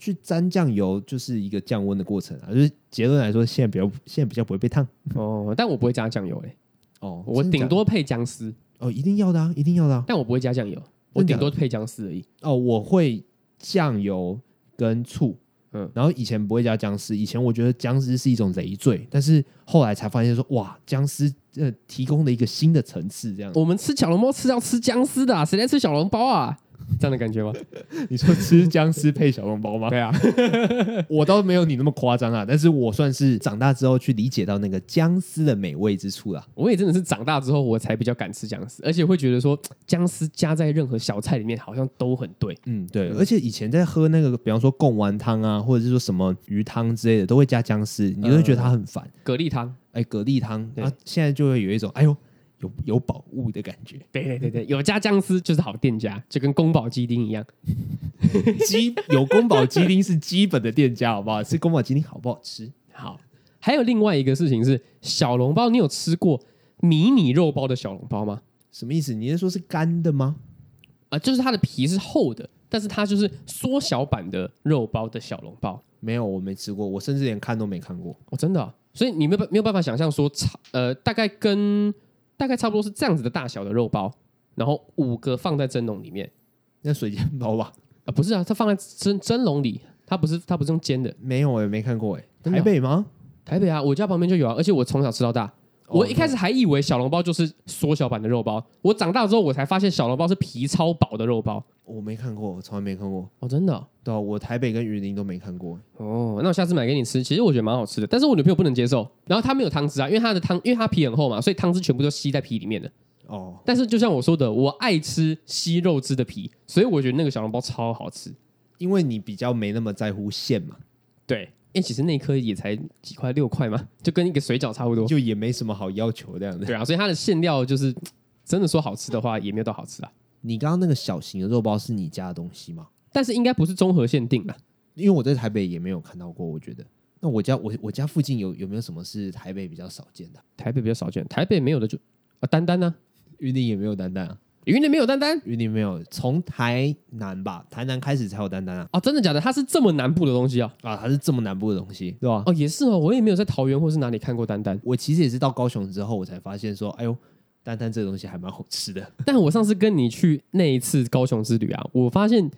Speaker 2: 去沾酱油就是一个降温的过程啊，就是结论来说，现在比较现在比较不会被烫
Speaker 1: 哦，但我不会加酱油诶、
Speaker 2: 哦。
Speaker 1: 我
Speaker 2: 真的假
Speaker 1: 顶
Speaker 2: 的
Speaker 1: 多配姜丝，
Speaker 2: 哦，一定要的啊，一定要的啊。
Speaker 1: 但我不会加酱油，我顶多配姜丝而已。
Speaker 2: 哦，我会酱油跟醋，
Speaker 1: 嗯
Speaker 2: 嗯，然后以前不会加姜丝，以前我觉得姜丝是一种累赘，但是后来才发现说，哇，姜丝呃提供了一个新的层次，这样。
Speaker 1: 我们吃小笼包吃要吃姜丝的、啊，谁在吃小笼包啊？这样的感觉吗？
Speaker 2: (laughs) 你说吃僵尸配小笼包 (laughs) 吗？
Speaker 1: 对啊，
Speaker 2: 我倒没有你那么夸张啊，但是我算是长大之后去理解到那个僵尸的美味之处啦。
Speaker 1: 我也真的是长大之后我才比较敢吃僵尸，而且会觉得说僵尸加在任何小菜里面好像都很对。
Speaker 2: 嗯，对，而且以前在喝那个，比方说贡丸汤啊，或者是说什么鱼汤之类的，都会加僵尸，你就会觉得它很烦。
Speaker 1: 蛤蜊汤，
Speaker 2: 哎、蛤蜊汤，
Speaker 1: 对
Speaker 2: 啊，现在就会有一种哎呦有有宝物的感觉，
Speaker 1: 对对对对，有加僵尸就是好店家，就跟宫保鸡丁一样。
Speaker 2: 基有宫保鸡丁是基本的店家，好 (laughs) 不好？吃宫保鸡丁好不好吃？
Speaker 1: 好，还有另外一个事情是小笼包，你有吃过迷你肉包的小笼包吗？
Speaker 2: 什么意思？你是说是干的吗？
Speaker 1: 啊、就是它的皮是厚的，但是它就是缩小版的肉包的小笼包。
Speaker 2: 没有，我没吃过，我甚至连看都没看过。
Speaker 1: 哦，真的啊、所以你没有办没有办法想象说差呃，大概跟大概差不多是这样子的大小的肉包，然后五个放在蒸笼里面
Speaker 2: 那水煎包吧？
Speaker 1: 啊、不是啊，它放在蒸蒸笼里，它不是它不是用煎的。
Speaker 2: 没有、哎，没看过、哎，
Speaker 1: 真的
Speaker 2: 台北吗？哦
Speaker 1: 台北啊，我家旁边就有啊，而且我从小吃到大。我一开始还以为小笼包就是缩小版的肉包，我长大之后我才发现小笼包是皮超薄的肉包。
Speaker 2: 我没看过，我从来没看过。
Speaker 1: 哦，真的哦
Speaker 2: 对啊，我台北跟云林都没看过。
Speaker 1: 哦，那我下次买给你吃。其实我觉得蛮好吃的，但是我女朋友不能接受。然后她没有汤汁啊，因为她的汤，因为她皮很厚嘛，所以汤汁全部都吸在皮里面的。
Speaker 2: 哦，
Speaker 1: 但是就像我说的，我爱吃吸肉汁的皮，所以我觉得那个小笼包超好吃。
Speaker 2: 因为你比较没那么在乎馅嘛，
Speaker 1: 对，因为哎其实那一颗也才几块，六块嘛，就跟一个水饺差不多。
Speaker 2: 就也没什么好要求这样的。
Speaker 1: 对啊，所以它的馅料就是真的说好吃的话，也没有到好吃啊。
Speaker 2: 你刚刚那个小型的肉包是你家的东西吗？
Speaker 1: 但是应该不是综合限定啊啦。
Speaker 2: 因为我在台北也没有看到过，我觉得。那我家我我家附近有有没有什么是台北比较少见的？
Speaker 1: 台北比较少见，台北没有的就啊丹丹呢、
Speaker 2: 云林也没有丹丹啊，
Speaker 1: 云林没有丹丹
Speaker 2: 云林没有，从台南吧，台南开始才有丹丹啊。
Speaker 1: 哦，真的假的？它是这么南部的东西啊？
Speaker 2: 啊，它是这么南部的东西，对吧、啊
Speaker 1: 哦，也是哦，我也没有在桃园或是哪里看过丹丹。
Speaker 2: 我其实也是到高雄之后，我才发现说，哎呦，丹丹这个东西还蛮好吃的。
Speaker 1: 但我上次跟你去那一次高雄之旅啊，我发现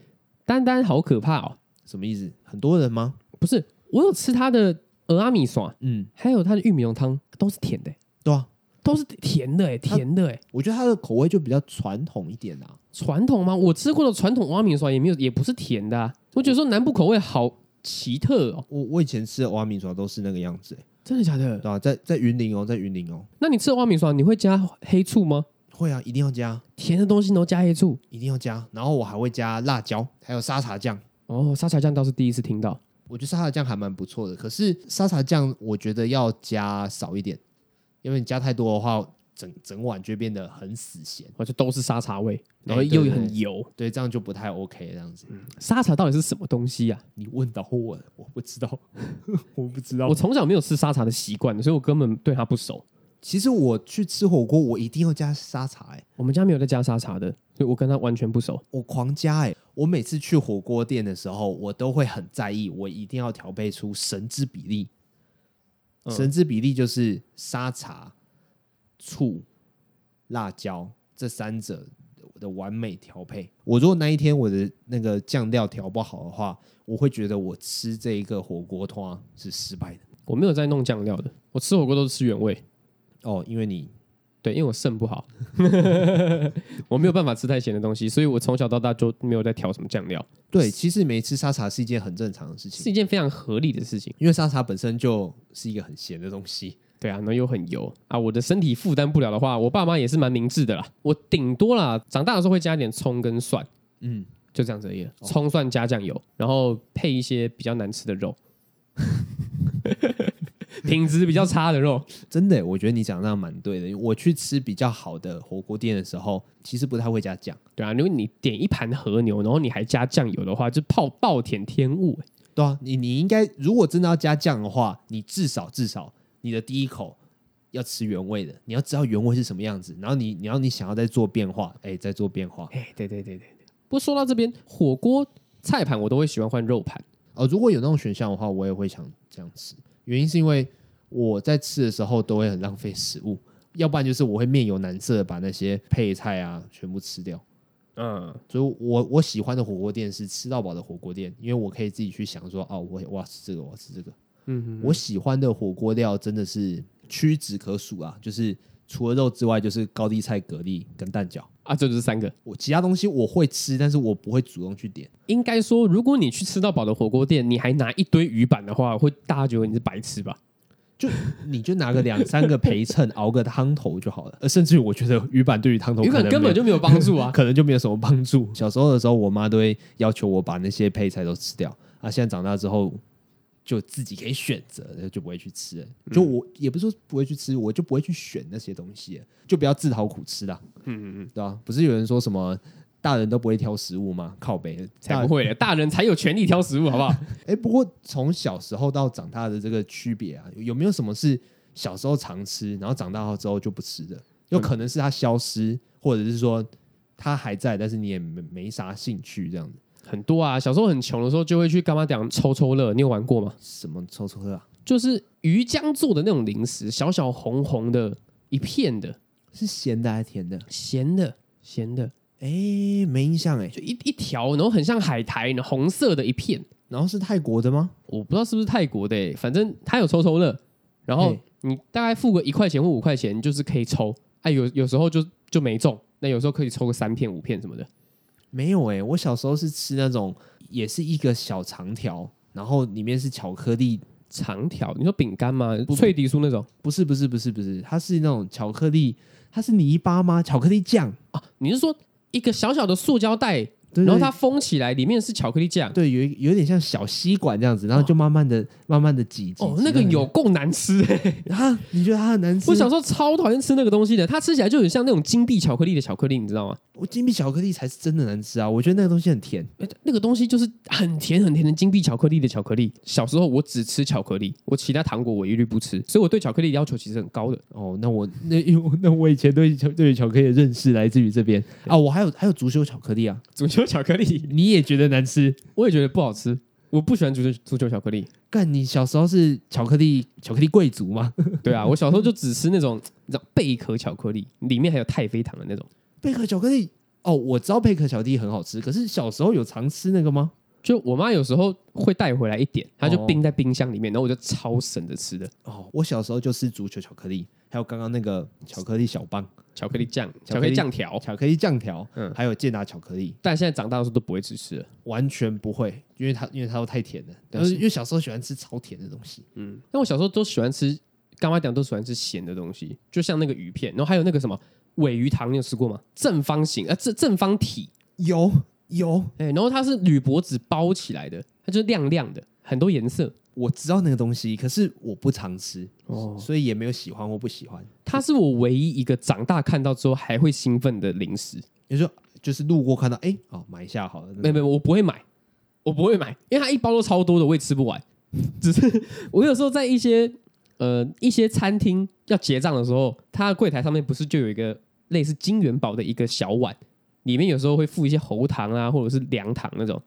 Speaker 1: 丹丹好可怕哦！
Speaker 2: 什么意思？很多人吗？
Speaker 1: 不是，我有吃它的俄阿米爽，
Speaker 2: 嗯，
Speaker 1: 还有它的玉米浓汤，都是甜的，
Speaker 2: 对啊，
Speaker 1: 都是甜的哎，甜的哎。
Speaker 2: 我觉得它的口味就比较传统一点啊。
Speaker 1: 传统吗？我吃过的传统俄阿米爽也没有，也不是甜的、啊。我觉得说南部口味好奇特哦，
Speaker 2: 我我以前吃的蛙米爪都是那个样子、欸，
Speaker 1: 真的假的
Speaker 2: 对？吧、在在云林哦，在云林哦，
Speaker 1: 那你吃俄阿米爽你会加黑醋吗？
Speaker 2: 会啊，一定要加，
Speaker 1: 甜的东西都加黑醋
Speaker 2: 一定要加。然后我还会加辣椒，还有沙茶酱。嗯
Speaker 1: 哦，沙茶酱倒是第一次听到。
Speaker 2: 我觉得沙茶酱还蛮不错的，可是沙茶酱我觉得要加少一点，因为你加太多的话，整整碗就会变得很死咸。
Speaker 1: 哦，就都是沙茶味，然后
Speaker 2: 哎对
Speaker 1: 又
Speaker 2: 对
Speaker 1: 很油。
Speaker 2: 对，这样就不太 OK 这样子。
Speaker 1: 沙茶到底是什么东西啊呀、
Speaker 2: 你问到我了，我不知道， (laughs) 我不知道
Speaker 1: 我从小没有吃沙茶的习惯，所以我根本对它不熟。
Speaker 2: 其实我去吃火锅，我一定要加沙茶、欸，
Speaker 1: 我们家没有在加沙茶的，所以我跟它完全不熟。
Speaker 2: 我狂加、欸，我每次去火锅店的时候，我都会很在意，我一定要调配出神之比例。
Speaker 1: 嗯
Speaker 2: 神之比例就是沙茶、醋、辣椒这三者的完美调配。我如果那一天我的那个酱料调不好的话，我会觉得我吃这一个火锅通常是失败的
Speaker 1: 我没有在弄酱料的，我吃火锅都是吃原味。
Speaker 2: 哦，因为你
Speaker 1: 对，因为我肾不
Speaker 2: (laughs)
Speaker 1: 好，我没有办法吃太咸的东西，所以我从小到大就没有在调什么酱料，
Speaker 2: 对，其实没吃沙茶是一件很正常的事情
Speaker 1: 是，一件非常合理的事情。
Speaker 2: 因为沙茶本身就是一个很咸的东西。 (laughs)
Speaker 1: 对啊，然后又很油啊，我的身体负担不了的话，我爸妈也是蛮明智的啦。我顶多啦，长大的时候会加一点葱跟蒜，
Speaker 2: 嗯，
Speaker 1: 就这样子而已了。葱蒜加酱油，然后配一些比较难吃的肉，品质比较差的肉。
Speaker 2: 真的耶，我觉得你讲的那蛮对的。我去吃比较好的火锅店的时候，其实不太会加酱。
Speaker 1: 对啊，如果你点一盘和牛，然后你还加酱油的话，就泡暴殄天物、欸
Speaker 2: 对啊，你你应该如果真的要加酱的话，你至少至少你的第一口要吃原味的，你要知道原味是什么样子，然后你你要你想要再做变化，哎、再做变化。
Speaker 1: 哎、对对对对对。不过说到这边，火锅菜盘我都会喜欢换肉盘。
Speaker 2: 哦，如果有那种选项的话，我也会想这样吃。原因是因为我在吃的时候都会很浪费食物，要不然就是我会面有难色的把那些配菜啊全部吃掉。
Speaker 1: 嗯，
Speaker 2: 所以我我喜欢的火锅店是吃到饱的火锅店，因为我可以自己去想说，哦，我我要吃这个，我要吃这个。
Speaker 1: 嗯
Speaker 2: 我喜欢的火锅料真的是屈指可数啊，就是除了肉之外，就是高丽菜、蛤蜊跟蛋饺。
Speaker 1: 啊，这就是三个。
Speaker 2: 我其他东西我会吃，但是我不会主动去点。
Speaker 1: 应该说，如果你去吃到饱的火锅店，你还拿一堆鱼板的话，会大家觉得你是白痴吧？
Speaker 2: 就你就拿个两三个
Speaker 1: (laughs)
Speaker 2: 陪衬，熬个汤头就好了。呃，甚至于我觉得鱼板对于汤头
Speaker 1: 鱼
Speaker 2: 可
Speaker 1: 板
Speaker 2: 能
Speaker 1: 根
Speaker 2: 没有
Speaker 1: 本就没有帮助啊。
Speaker 2: 可能就没有什么帮助。小时候的时候，我妈都会要求我把那些配菜都吃掉。啊，现在长大之后，就自己可以选择，就不会去吃了。
Speaker 1: 嗯
Speaker 2: 就我、也不是说不会去吃，我就不会去选那些东西了，就不要自讨苦吃啦，
Speaker 1: 嗯嗯嗯，
Speaker 2: 对吧、啊不是有人说什么大人都不会挑食物吗？靠北，
Speaker 1: 才
Speaker 2: 大
Speaker 1: 不会嘞，大人才有权利挑食物，好不好？
Speaker 2: 哎、不过从小时候到长大的这个区别啊，有没有什么是小时候常吃，然后长大后之后就不吃的？有可能是它消失，或者是说它还在，但是你也没没啥兴趣这样子。
Speaker 1: 很多啊，小时候很穷的时候就会去干嘛讲抽抽乐，你有玩过吗？
Speaker 2: 什么抽抽乐啊？
Speaker 1: 就是鱼浆做的那种零食，小小红红的，一片的，
Speaker 2: 是咸的还是甜的？
Speaker 1: 咸的咸的，
Speaker 2: 哎、没印象哎、
Speaker 1: 就一一条，然后很像海苔，然后红色的一片。
Speaker 2: 然后是泰国的吗？
Speaker 1: 我不知道是不是泰国的、欸，反正它有抽抽乐，然后
Speaker 2: 嘿
Speaker 1: 你大概付个一块钱或五块钱，就是可以抽。哎、有有时候就就没中，那有时候可以抽个三片五片什么的。
Speaker 2: 没有哎、我小时候是吃那种，也是一个小长条，然后里面是巧克力，
Speaker 1: 长条，你说饼干吗？
Speaker 2: 不
Speaker 1: 脆皮酥那种
Speaker 2: 不是不是不是不是，它是那种巧克力，它是泥巴吗？巧克力酱，
Speaker 1: 啊？你是说一个小小的塑胶袋，
Speaker 2: 对
Speaker 1: 然后
Speaker 2: 对
Speaker 1: 它封起来，里面是巧克力酱？
Speaker 2: 对，有一有点像小吸管这样子，然后就慢慢的、慢慢的挤挤。
Speaker 1: 哦，
Speaker 2: 挤
Speaker 1: 那个
Speaker 2: 挤
Speaker 1: 有够难吃、 (laughs) 欸！
Speaker 2: 啊？你觉得它很难吃？
Speaker 1: 我小时候超讨厌吃那个东西的，它吃起来就很像那种金币巧克力的巧克力，你知道吗？
Speaker 2: 我金币巧克力才是真的难吃啊！我觉得那个东西很甜。
Speaker 1: 欸那个东西就是很甜很甜的金币巧克力的巧克力。小时候我只吃巧克力，我其他糖果我一律不吃，所以我对巧克力要求其实很高的。
Speaker 2: 哦，那我那因为那我以前对巧对于巧克力的认识来自于这边啊，我还有还有足球巧克力啊，
Speaker 1: 足球巧克力 (laughs)
Speaker 2: 你也觉得难吃？
Speaker 1: 我也觉得不好吃，我不喜欢足球足球巧克力。
Speaker 2: 干，你小时候是巧克力巧克力贵族吗？ (laughs)
Speaker 1: 对啊，我小时候就只吃那种你知道贝壳巧克力，里面还有太妃糖的那种。
Speaker 2: 贝壳巧克力哦，我知道贝壳巧克力很好吃，可是小时候有常吃那个吗？
Speaker 1: 就我妈有时候会带回来一点，她就
Speaker 2: 哦
Speaker 1: 冰在冰箱里面，然后我就超省着吃的
Speaker 2: 哦，我小时候就吃足球巧克力，还有刚刚那个巧克力小棒、
Speaker 1: 巧克力酱、
Speaker 2: 哦巧
Speaker 1: 巧
Speaker 2: 克力
Speaker 1: 克力酱条。
Speaker 2: 巧克力酱条，
Speaker 1: 嗯
Speaker 2: 还有健达巧克力，
Speaker 1: 但现在长大的时候都不会去吃了。
Speaker 2: 完全不会，因为它因为它都太甜了，
Speaker 1: 对
Speaker 2: 但是因为小时候喜欢吃超甜的东西。
Speaker 1: 嗯，那我小时候都喜欢吃，干妈讲都喜欢吃咸的东西，就像那个鱼片，然后还有那个什么尾鱼糖，你有吃过吗？正方形，呃，正正方体，
Speaker 2: 有有，
Speaker 1: 哎、然后它是铝箔纸包起来的，它就是亮亮的，很多颜色。
Speaker 2: 我知道那个东西，可是我不常吃，
Speaker 1: 哦，
Speaker 2: 所以也没有喜欢或不喜欢。
Speaker 1: 它是我唯一一个长大看到之后还会兴奋的零食。
Speaker 2: 有时候就是路过看到，哎、哦，买一下好了。
Speaker 1: 没没，我不会买，我不会买，因为它一包都超多的，我也吃不完。 (laughs) 只是我有时候在一些呃一些餐厅要结账的时候，它的柜台上面不是就有一个类似金元宝的一个小碗，里面有时候会附一些喉糖啊，或者是凉糖那种。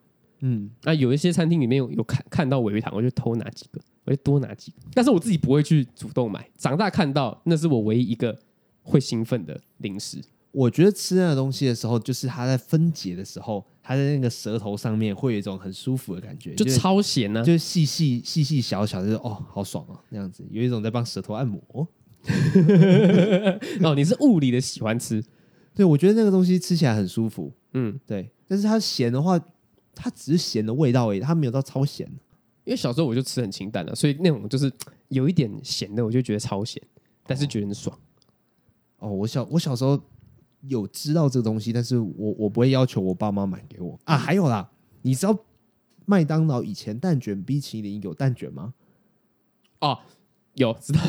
Speaker 2: 嗯，
Speaker 1: 那有一些餐厅里面有有看看到尾鱼糖，我就偷拿几个，我就多拿几个。但是我自己不会去主动买，长大看到那是我唯一一个会兴奋的零食。
Speaker 2: 我觉得吃那个东西的时候，就是它在分解的时候，它在那个舌头上面会有一种很舒服的感觉，
Speaker 1: 就
Speaker 2: 就是
Speaker 1: 超咸啊呢、
Speaker 2: 就是细细细细小小，就是哦，好爽哦，那样子，有一种在帮舌头按摩。
Speaker 1: 哦，你是物理的喜欢吃，
Speaker 2: 对，我觉得那个东西吃起来很舒服。
Speaker 1: 嗯，
Speaker 2: 对，但是它咸的话，它只是咸的味道而已，它没有到超咸。
Speaker 1: 因为小时候我就吃很清淡的、啊所以那种就是有一点咸的，我就觉得超咸，但是觉得很爽。
Speaker 2: 哦，我小我小时候有知道这个东西，但是我我不会要求我爸妈买给我啊。还有啦，你知道麦当劳以前蛋卷冰淇淋有蛋卷吗？
Speaker 1: 有知道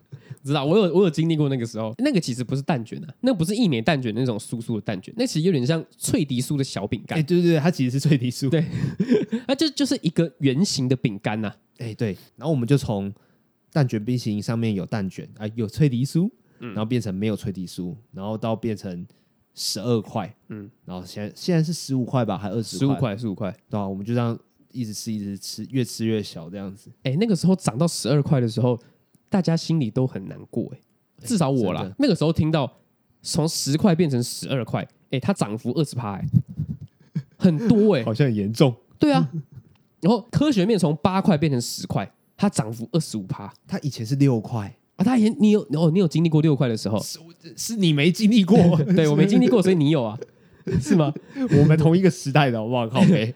Speaker 1: (laughs) 知道，我有我有经历过那个时候，那个其实不是蛋卷啊，那不是意美蛋卷那种酥酥的蛋卷，那其实有点像脆皮酥的小饼
Speaker 2: 哎、
Speaker 1: 干，
Speaker 2: 对对对，它其实是脆皮酥。
Speaker 1: 对那就就是一个圆形的饼干呐、啊
Speaker 2: 哎、对，然后我们就从蛋卷冰淇淋上面有蛋卷啊、有脆皮酥，
Speaker 1: 嗯
Speaker 2: 然后变成没有脆皮酥，然后到变成十二块，嗯
Speaker 1: 嗯，
Speaker 2: 然后现在现在是十五块吧，还二十
Speaker 1: 十五，块十五块。
Speaker 2: 对啊，我们就这样一直吃，一直吃，越吃越小这样子。
Speaker 1: 哎、那个时候涨到十二块的时候，大家心里都很难过、哎，至少我
Speaker 2: 真
Speaker 1: 啦
Speaker 2: 的，
Speaker 1: 那个时候听到从十块变成十二块，哎、它涨幅二十趴，哎、很 (laughs) 多哎、
Speaker 2: 好像很严重。
Speaker 1: 对啊，然后科学面从八块变成十块，它涨幅二十五趴
Speaker 2: 它以前是六块
Speaker 1: 啊，他也你有哦，你有经历过六块的时候，
Speaker 2: 是你没经 (laughs) 历过，
Speaker 1: 对我没经历过，所以你有 (laughs) 啊，是吗？
Speaker 2: 我们同一个时代的，好不好？ (laughs) 靠背，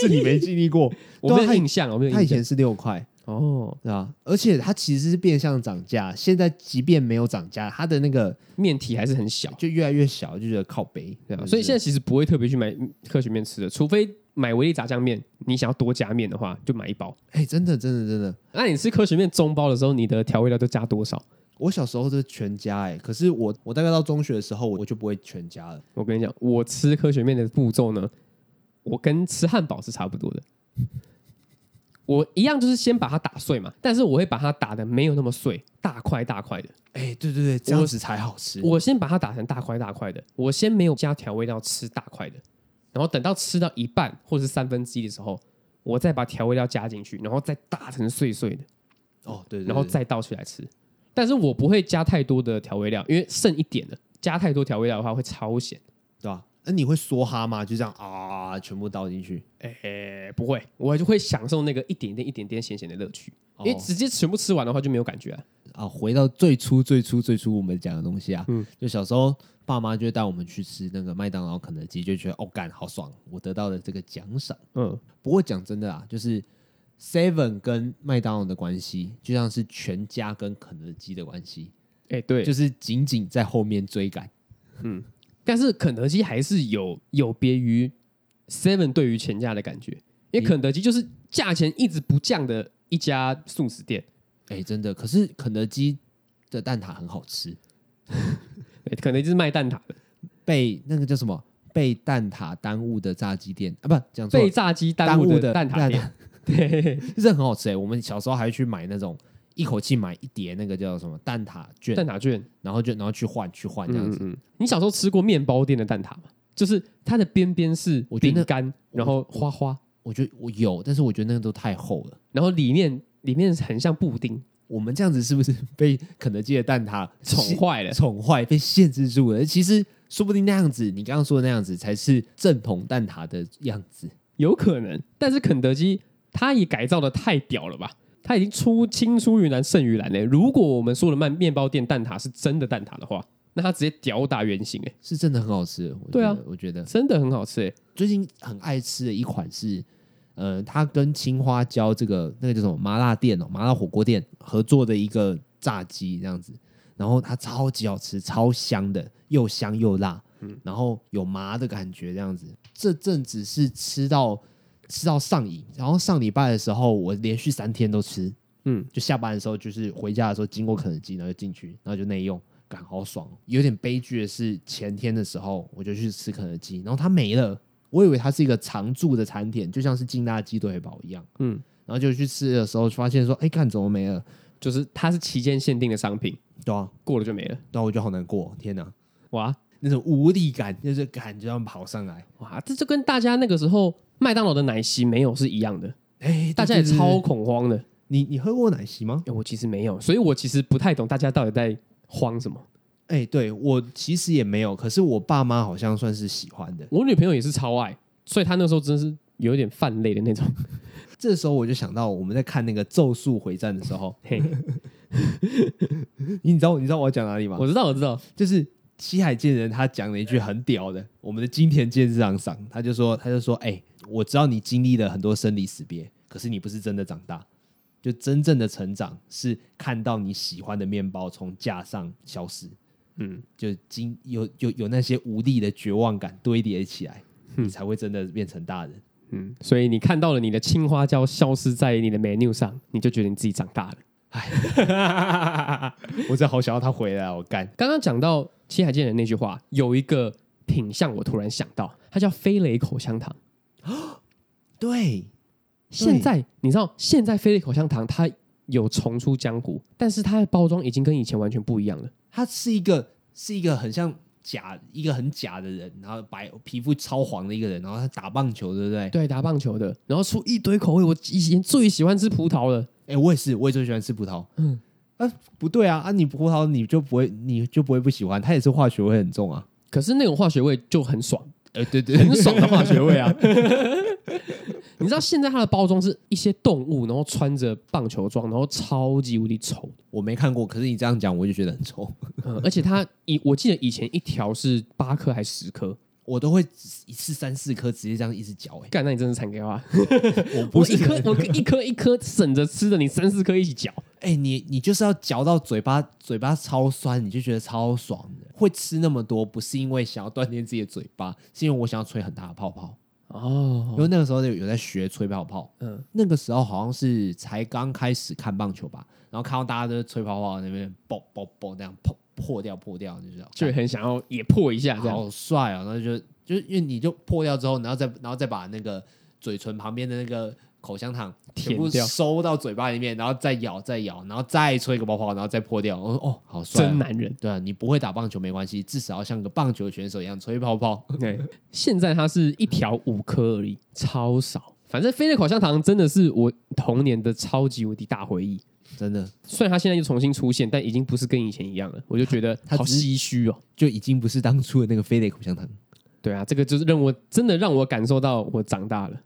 Speaker 2: 是你没经历过。
Speaker 1: (laughs) 我没
Speaker 2: 对啊
Speaker 1: 有
Speaker 2: 他
Speaker 1: 印象，我没有
Speaker 2: 他以
Speaker 1: 印象。
Speaker 2: 前是六块，
Speaker 1: 哦，
Speaker 2: 对吧？而且它其实是变相涨价，现在即便没有涨价，它的那个
Speaker 1: 面体还是很小，
Speaker 2: 就越来越小，就觉得靠背，
Speaker 1: 对
Speaker 2: 对吧？
Speaker 1: 啊，所以现在
Speaker 2: 在
Speaker 1: 其实不会特别去买科学面吃的，除非买维力炸酱面，你想要多加面的话，就买一包。
Speaker 2: 哎、真的，真的，真的，
Speaker 1: 那你吃科学面中包的时候，你的调味料都加多少？
Speaker 2: 我小时候就是全家哎、可是我我大概到中学的时候，我就不会全家了。
Speaker 1: 我跟你讲，我吃科学面的步骤呢，我跟吃汉堡是差不多的。我一样就是先把它打碎嘛，但是我会把它打的没有那么碎，大块大块的。
Speaker 2: 哎、对对对，这样子才好吃。
Speaker 1: 我先把它打成大块大块的，我先没有加调味料吃大块的，然后等到吃到一半或是三分之一的时候，我再把调味料加进去，然后再打成碎碎的，
Speaker 2: 哦，对对
Speaker 1: 然后
Speaker 2: 对
Speaker 1: 再倒起来吃。但是我不会加太多的调味料，因为剩一点的，加太多调味料的话会超咸。
Speaker 2: 对吧、那、你会梭哈吗？就这样啊，全部倒进去。
Speaker 1: 诶、不会，我就会享受那个一点点、一点点咸咸的乐趣，
Speaker 2: 哦
Speaker 1: 因为直接全部吃完的话就没有感觉、啊。
Speaker 2: 啊，回到最初最初最初我们讲的东西啊，
Speaker 1: 嗯
Speaker 2: 就小时候爸妈就会带我们去吃那个麦当劳、肯德基，就觉得哦，干好爽，我得到了这个奖赏。
Speaker 1: 嗯，
Speaker 2: 不过讲真的啊，就是 Seven 跟麦当劳的关系，就像是全家跟肯德基的关系，
Speaker 1: 诶、对，
Speaker 2: 就是紧紧在后面追赶。
Speaker 1: 但是肯德基还是有有别于 Seven 对于全家的感觉，因为肯德基就是价钱一直不降的一家素食店。
Speaker 2: 哎、真的，可是肯德基的蛋挞很好吃，
Speaker 1: 对，肯德基是卖蛋挞的，
Speaker 2: 被那个叫什么被蛋挞耽误的炸鸡店啊，不讲错了
Speaker 1: 被，炸鸡
Speaker 2: 耽
Speaker 1: 耽误
Speaker 2: 的
Speaker 1: 的蛋挞店。 (laughs) 对，
Speaker 2: 这很好吃哎、我们小时候还去买那种一口气买一碟那个叫什么蛋挞卷，
Speaker 1: 蛋挞券
Speaker 2: 然后就然后去换去换
Speaker 1: 这
Speaker 2: 这样
Speaker 1: 样
Speaker 2: 子。
Speaker 1: 子。嗯你小时候吃过面包店的蛋挞吗？就是它的边边是
Speaker 2: 我觉得
Speaker 1: 饼干，然后花花，
Speaker 2: 我觉得我有，但是我觉得那个都太厚了。
Speaker 1: 然后里面里面很像布丁，
Speaker 2: 我们这样子是不是被肯德基的蛋挞
Speaker 1: 宠 (laughs)
Speaker 2: 限
Speaker 1: 坏了。
Speaker 2: 宠坏，被限制住了？其实说不定那样子，你刚刚说的那样子才是正统蛋挞的样子。
Speaker 1: 有可能，但是肯德基它也改造的太屌了吧？它已经出青出于蓝胜于蓝嘞。如果我们说的面面包店蛋挞是真的蛋挞的话，那它直接屌打原形哎，
Speaker 2: 是真的很好吃，我觉得
Speaker 1: 对啊
Speaker 2: 我觉得
Speaker 1: 真的很好吃哎。
Speaker 2: 最近很爱吃的一款是，呃，它跟青花椒这个那个叫什么麻辣店哦，麻辣火锅店合作的一个炸鸡这样子，然后它超级好吃，超香的，又香又辣，然后有麻的感觉这样子。这阵子是吃到吃到上瘾，然后上礼拜的时候我连续三天都吃，
Speaker 1: 嗯，
Speaker 2: 就下班的时候就是回家的时候经过肯德基，然后就进去，然后就内用。感好爽哦，有点悲剧的是前天的时候我就去吃肯德基，然后它没了，我以为它是一个常驻的餐点，就像是劲辣鸡腿堡一样。
Speaker 1: 嗯，
Speaker 2: 然后就去吃的时候，发现说，哎、看怎么没了？
Speaker 1: 就是它是期间限定的商品，
Speaker 2: 对啊，
Speaker 1: 过了就没了。
Speaker 2: 对啊，我就好难过，天哪，
Speaker 1: 哇
Speaker 2: 那种无力感，就是感觉要跑上来。
Speaker 1: 哇，这就跟大家那个时候麦当劳的奶昔没有是一样的，
Speaker 2: 哎、
Speaker 1: 大家也
Speaker 2: 对对对
Speaker 1: 超
Speaker 2: 对
Speaker 1: 恐慌的。
Speaker 2: 你你喝过奶昔吗？
Speaker 1: 哎我其实没有，所以我其实不太懂大家到底在慌什么。
Speaker 2: 哎、对我其实也没有，可是我爸妈好像算是喜欢的。
Speaker 1: 我女朋友也是超爱，所以她那时候真是有点泛泪的
Speaker 2: (laughs)
Speaker 1: 那种。
Speaker 2: 这时候我就想到我们在看那个《咒术回战》的时候，
Speaker 1: 嘿，
Speaker 2: (laughs) 你知道你知道我要讲哪里吗？
Speaker 1: 我知道，我知道。
Speaker 2: 就是西海健人他讲了一句很屌的，我们的金田健次郎赏，他就说他就说，哎、我知道你经历了很多生离死别，可是你不是真的长大，就真正的成长是看到你喜欢的面包从架上消失，
Speaker 1: 嗯，
Speaker 2: 就经有有有那些无力的绝望感堆叠起来，你才会真的变成大人。 (laughs)
Speaker 1: 嗯，所以你看到了你的青花椒消失在你的 menu 上，你就觉得你自己长大了。
Speaker 2: 我真的好想要他回来啊，我干。
Speaker 1: 刚刚讲到七海健人那句话，有一个品相我突然想到，它叫飞雷口香糖。
Speaker 2: 对，
Speaker 1: 现在你知道，现在飞雷口香糖它有重出江湖，但是它的包装已经跟以前完全不一样了。
Speaker 2: 他是一个是一个很像假一个很假的人，然后白皮肤超黄的一个人，然后他打棒球，对不对？哎、
Speaker 1: 对，打棒球的，然后出一堆口味，我以前最喜欢吃葡萄了。
Speaker 2: 我也是，我也最喜欢吃葡萄。嗯
Speaker 1: 嗯，
Speaker 2: 啊，不对啊，啊，你葡萄你就不会你就不会不喜欢，它也是化学味很 (laughs) 重啊。
Speaker 1: 可是那种化学味就很爽，
Speaker 2: 哎呃，对对 (laughs)
Speaker 1: 很爽的化学味啊。你知道现在它的包装是一些动物，然后穿着棒球装，然后超级无敌丑。
Speaker 2: 我没看过，可是你这样讲，我就觉得很丑。
Speaker 1: 嗯，而且它以我记得以前一条是八颗还是十颗，
Speaker 2: 我都会一次三四颗直接这样一直嚼、欸，
Speaker 1: 干，那你真是惨给我！
Speaker 2: 哎，我
Speaker 1: 我
Speaker 2: 不
Speaker 1: 一
Speaker 2: 是
Speaker 1: 颗我一颗一颗省着吃的，你三四颗一起嚼。
Speaker 2: 哎、你你就是要嚼到嘴巴，嘴巴超酸，你就觉得超爽的。会吃那么多，不是因为想要锻炼自己的嘴巴，是因为我想要吹很大的泡泡。因
Speaker 1: 哦，
Speaker 2: 为那个时候有有在学吹泡泡，
Speaker 1: 嗯，
Speaker 2: 那个时候好像是才刚开始看棒球吧，然后看到大家都在吹泡泡那边爆爆爆那样破破掉破掉，就是
Speaker 1: 就很想要也破一下这样。
Speaker 2: 好帅哦，然后就就因为你就破掉之后，然后再然后再把那个嘴唇旁边的那个口香糖全部
Speaker 1: 舔掉
Speaker 2: 收到嘴巴里面，然后再咬再咬，然后再吹个泡泡，然后再破掉。我说哦，好帅、
Speaker 1: 真
Speaker 2: 哦。
Speaker 1: 男人。
Speaker 2: 对啊，你不会打棒球没关系，至少要像个棒球选手一样吹泡泡。
Speaker 1: 对，现在它是一条五颗而已，超少。反正飞利口香糖真的是我童年的超级无敌大回忆。
Speaker 2: (laughs) 真的，
Speaker 1: 虽然它现在又重新出现，但已经不是跟以前一样了，我就觉得
Speaker 2: (laughs) 它
Speaker 1: 好
Speaker 2: 只是
Speaker 1: 唏嘘哦。
Speaker 2: 就已经不是当初的那个飞雷口香糖。
Speaker 1: 对啊，这个就是让我真的让我感受到我长大了。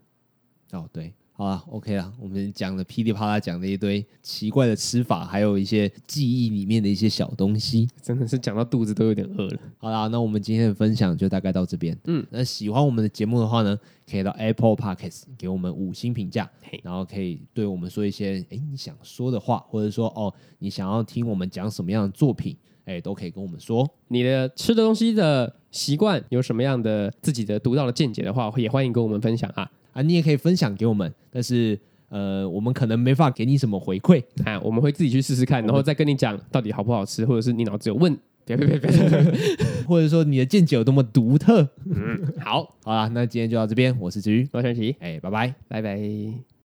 Speaker 2: 哦，对，好啦 o k 啦，我们讲了噼里啪啦讲了一堆奇怪的吃法，还有一些记忆里面的一些小东西。
Speaker 1: 真的是讲到肚子都有点饿了。
Speaker 2: 好啦，那我们今天的分享就大概到这边。嗯，那喜欢我们的节目的话呢，可以到 Apple Podcast 给我们五星评价
Speaker 1: 嘿，
Speaker 2: 然后可以对我们说一些诶你想说的话，或者说哦你想要听我们讲什么样的作品，诶都可以跟我们说。
Speaker 1: 你的吃的东西的习惯有什么样的自己的独到的见解的话，也欢迎跟我们分享啊！
Speaker 2: 啊，你也可以分享给我们，但是呃，我们可能没法给你什么回馈。
Speaker 1: 啊，我们会自己去试试看，然后再跟你讲到底好不好吃，或者是你脑子有问。别别别别！
Speaker 2: 或者说你的见解有多么独特。
Speaker 1: 嗯好，
Speaker 2: (laughs) 好啦，那今天就到这边，我是子瑜，
Speaker 1: 我是陈奇，
Speaker 2: 哎，拜拜。
Speaker 1: 拜拜。